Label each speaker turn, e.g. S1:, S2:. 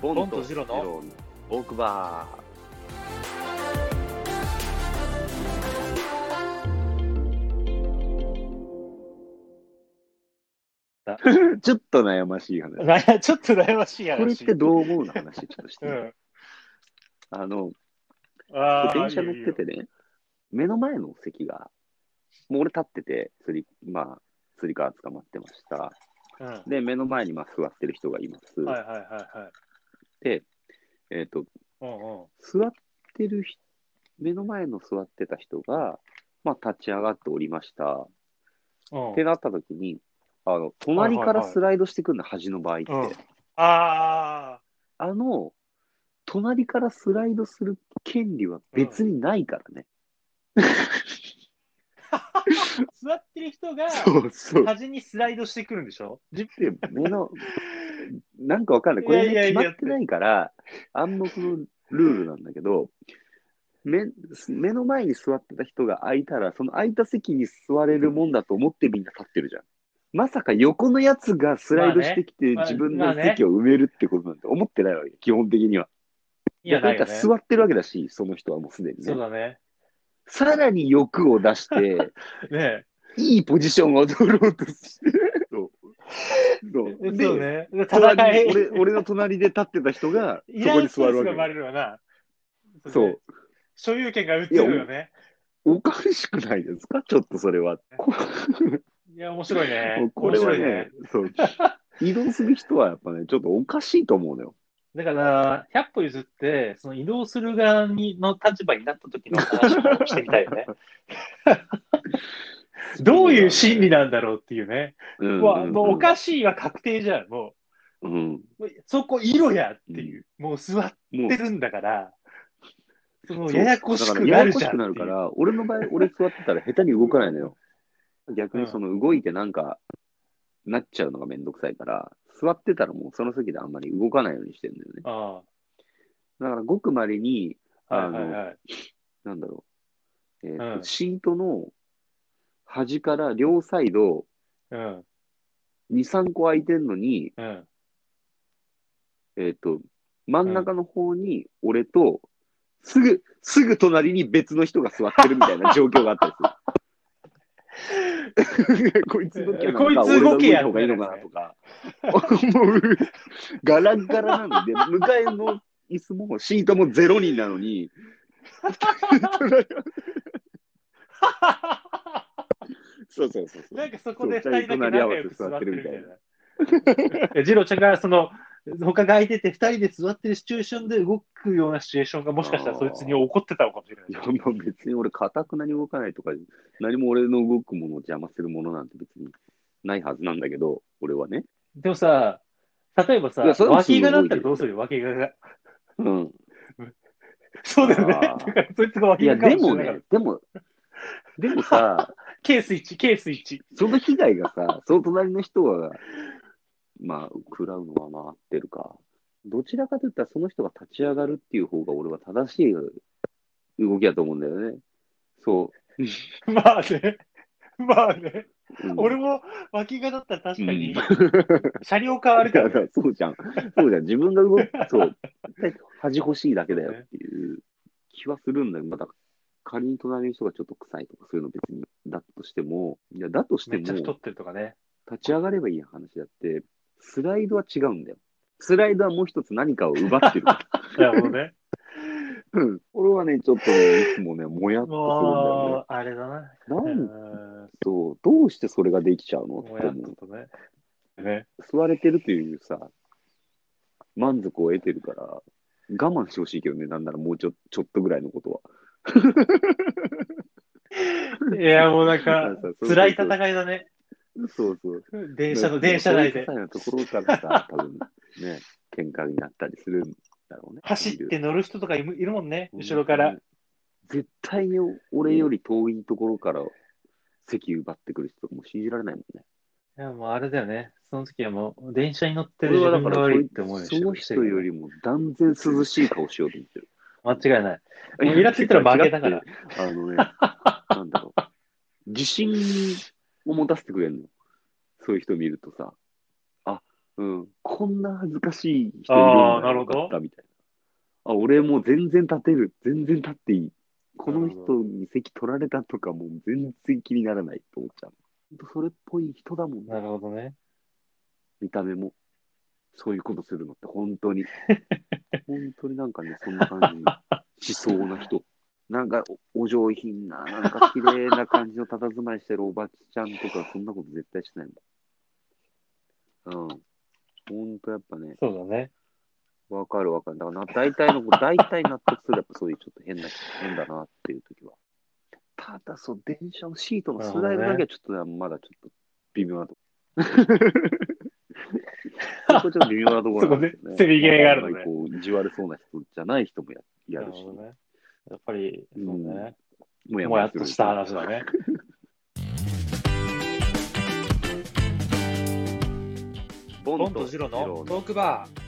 S1: ボ
S2: ボンとジロの
S1: オークバー。ちょっと悩ましい話。
S2: なんや ちょっと悩ましい話。
S1: これってどう思うの話、ちょっとして
S2: う
S1: いい、
S2: ん。
S1: あの、
S2: あー
S1: 電車乗っててね、目の前の席が、もう俺立ってて、すり、まあ、スリカー捕まってました。
S2: いいよ
S1: で、目の前にまあ座ってる人がいます。
S2: うん。はいはいはいはい。
S1: で、えっ、と、
S2: うんうん。
S1: 座ってる人、目の前の座ってた人が、まあ、立ち上がっておりました。
S2: うん
S1: ってなった時に、あの、隣か
S2: はいはい
S1: ら
S2: はい
S1: スライドしてくるの、端の場合って。
S2: うんあ
S1: あの、隣からスライドする権利は別にないからね。
S2: あ、座ってる人が
S1: そうそう。
S2: 端にスライドしてくるんでしょ
S1: で、目の、なんかわかんない。これね
S2: いやいやい
S1: 決
S2: や
S1: まってないから、暗黙のルールなんだけど、目目の前に座ってた人が空いたら、その空いた席に座れるもんだと思ってみんな立ってるじゃん。まさか横のやつがスライドしてきて、
S2: まあね
S1: 自分
S2: ま
S1: の
S2: あね
S1: 席を埋めるってことなんて思ってないわけ、基本的には。
S2: いや、
S1: な
S2: なんい
S1: か
S2: よね。
S1: 座ってるわけだし、その人はもうすでに
S2: そう
S1: ね。
S2: だね。
S1: さらに欲を出して、
S2: ね
S1: いいポジションを取ろうとして。 そうそう
S2: え。
S1: で
S2: そうね。戦
S1: 隣
S2: い。
S1: 俺俺の隣で立ってた人が、
S2: い
S1: そ
S2: ら
S1: こ
S2: ん
S1: に
S2: スト
S1: 座
S2: レ
S1: るわ
S2: スが
S1: け
S2: 生ま
S1: よ。
S2: れるわな。
S1: そ
S2: ね
S1: う。。
S2: 所有権が移るよね。
S1: おかしくないですか ちょっとそれは。こ。
S2: いや、面白いね
S1: これはね
S2: 面白い
S1: そう。移動する人はやっぱね、ちょっとおかしいと思うのよ。
S2: だから、100歩譲って、その移動する側にの立場になった時の話をしてみたいよね。どういう心理なんだろうっていうね。
S1: うん
S2: うわもうお
S1: し
S2: かしいは確定じゃん、も
S1: い。うん。
S2: う。もうそこいろやっていう。もう座っ
S1: も
S2: てるんだから、その
S1: う、
S2: ややこし
S1: そうだ
S2: く
S1: から
S2: な
S1: や
S2: る
S1: やこ
S2: じ
S1: し
S2: ゃん
S1: くなる
S2: って
S1: か
S2: いう。
S1: ら、俺の場合、俺座ってたら下手に動かないのよ。逆にその動いてなんか、なっちゃうのがめんどくさいから、座ってたらもうその席であんまり動かないようにしてるんだよね。
S2: あ
S1: だからごくまれに、
S2: あ、
S1: あ
S2: はい
S1: の
S2: はいはい。
S1: なんだろう、えーと
S2: うん
S1: シートの端から両サイド
S2: うん、
S1: 2、3個空いてんのに、
S2: うん。
S1: えー、と真ん中の方に俺と、すぐ、すぐ隣に別の人が座ってるみたいな状況があったりす る。こいつどけなのか、
S2: こいつ
S1: 俺が
S2: 動けや
S1: 動いた方がいいのかなとか、思う、ガランガラなんで、向かいの椅子もシートも0人なの に、そうそうそうそう。
S2: なんかそこで
S1: そ
S2: 二
S1: う
S2: 人だけ仲良く座ってるみたいな。ジローちゃんがその他が空いてて二人で座ってるシチュエーションで動くようなシチュエーションがもしかしたらそいつに怒ってたのかもしれ
S1: いや、
S2: ない。
S1: まあ別に俺、かたくなに動かないとか、何も俺の動くものを邪魔するものなんて別にないはずなんだけど、俺はね。
S2: でもさ、例えばさ、
S1: いやそれは普通に
S2: 脇
S1: 動い
S2: が
S1: てる
S2: だったらどうするよ、脇がが。
S1: うん。
S2: そうだよね。
S1: あ
S2: だ
S1: ー
S2: からそいつが
S1: い
S2: 脇
S1: や、
S2: がかも
S1: で
S2: しれ
S1: も
S2: ないか
S1: ねで
S2: ら。、
S1: も、でもさ、
S2: ケース1、ケース1。
S1: その被害がさ、その隣の人が、まあ、食らうのはまあ合ってるか。どちらかといったら、その人が立ち上がるっていう方が俺は正しい動きだと思うんだよね。そ
S2: まあね。 まあね。
S1: う。うん
S2: 俺も脇がだったら確かに
S1: うん、
S2: 車両変わる
S1: い
S2: か
S1: や
S2: ら
S1: だか
S2: ね。
S1: らそうじゃん。そうじゃん。自分が動 く、そう。絶対恥欲しいだけだよっていう気はするんだよ。まだ仮に隣の人がちょっと臭いとかそういうの別にだとしても、いや、だとして
S2: め
S1: も、
S2: っちゃ
S1: 立
S2: 太ってるとかね。
S1: ち上がればいい話だって、スライドは違うんだよ。スライドはもう一つ何かを奪 ってる。
S2: なるほど ね。
S1: うん。俺はね、ちょっとね、いつもね、もやっと
S2: もう、あれだな。
S1: するんだよね。なん
S2: うん
S1: と、どうしてそれができちゃうのって
S2: もやっ
S1: 思う。
S2: ととね。ね。
S1: 座れてるというさ、満足を得てるから、我慢してほしいけどね、なんならもうちょちょっとぐらいのことは。
S2: いや、もうなん
S1: な
S2: か
S1: んかさ、そう
S2: 辛い戦いだね。
S1: そうそう。
S2: 電車の、電車内で
S1: そう。いう些細なところから さ、多分ね、喧嘩になったりするんだろうね。
S2: 走って乗る人とかいるいるもんね、
S1: うん
S2: 後ろから。。
S1: 絶対に俺より遠いところから席奪ってくる人とかも信じられないもんね。
S2: いや、もうあれだよね。その時はもう、電車に乗ってる
S1: 俺
S2: 自
S1: はだ
S2: 分
S1: か
S2: が
S1: ら
S2: 悪いって思
S1: そ
S2: いを
S1: い
S2: し
S1: そ
S2: て
S1: の人よりも断然涼しい顔しようと思ってる。
S2: 間違いない。もうイラついたら負けだから。
S1: あ のね、なんだろう。自信を持たせてくれるの。そういう人見るとさ、あ、うん、こんな恥ずかしい人い
S2: あー
S1: るんだったみたいな。あ、俺もう全然立てる。全然立っていい。この人に席取られたとかもう全然気にならないと思っちゃう。ほんとそれっぽい人だもんね。
S2: なるほどね。
S1: 見た目も。そういうことするのって本当に。本当になんかね、そんな感じしそうな人。なんかおお上品な、なんか綺麗な感じの佇まいしてるおばちゃんとか、そんなこと絶対しないもん。うん。本当やっぱね、
S2: そうだね。
S1: わかるわかる。だからな、大体の、 大体納得する。やっぱそういうちょっと変な、変だなっていう時は。ただ、そう、電車のシートのスライドだけはちょっとね、まだちょっと微妙なとこ。 そこちょっと微妙なところなんですよね。
S2: そこねせめぎ合いがあるのね
S1: なんかこう、意地悪そうな人じゃない人もやや
S2: な
S1: る
S2: る
S1: し、
S2: ほどね。やっぱり、そうね。
S1: も
S2: もやっとした話だ
S1: ね。
S2: ね。
S1: ボ
S2: ボンとジロのトークバー。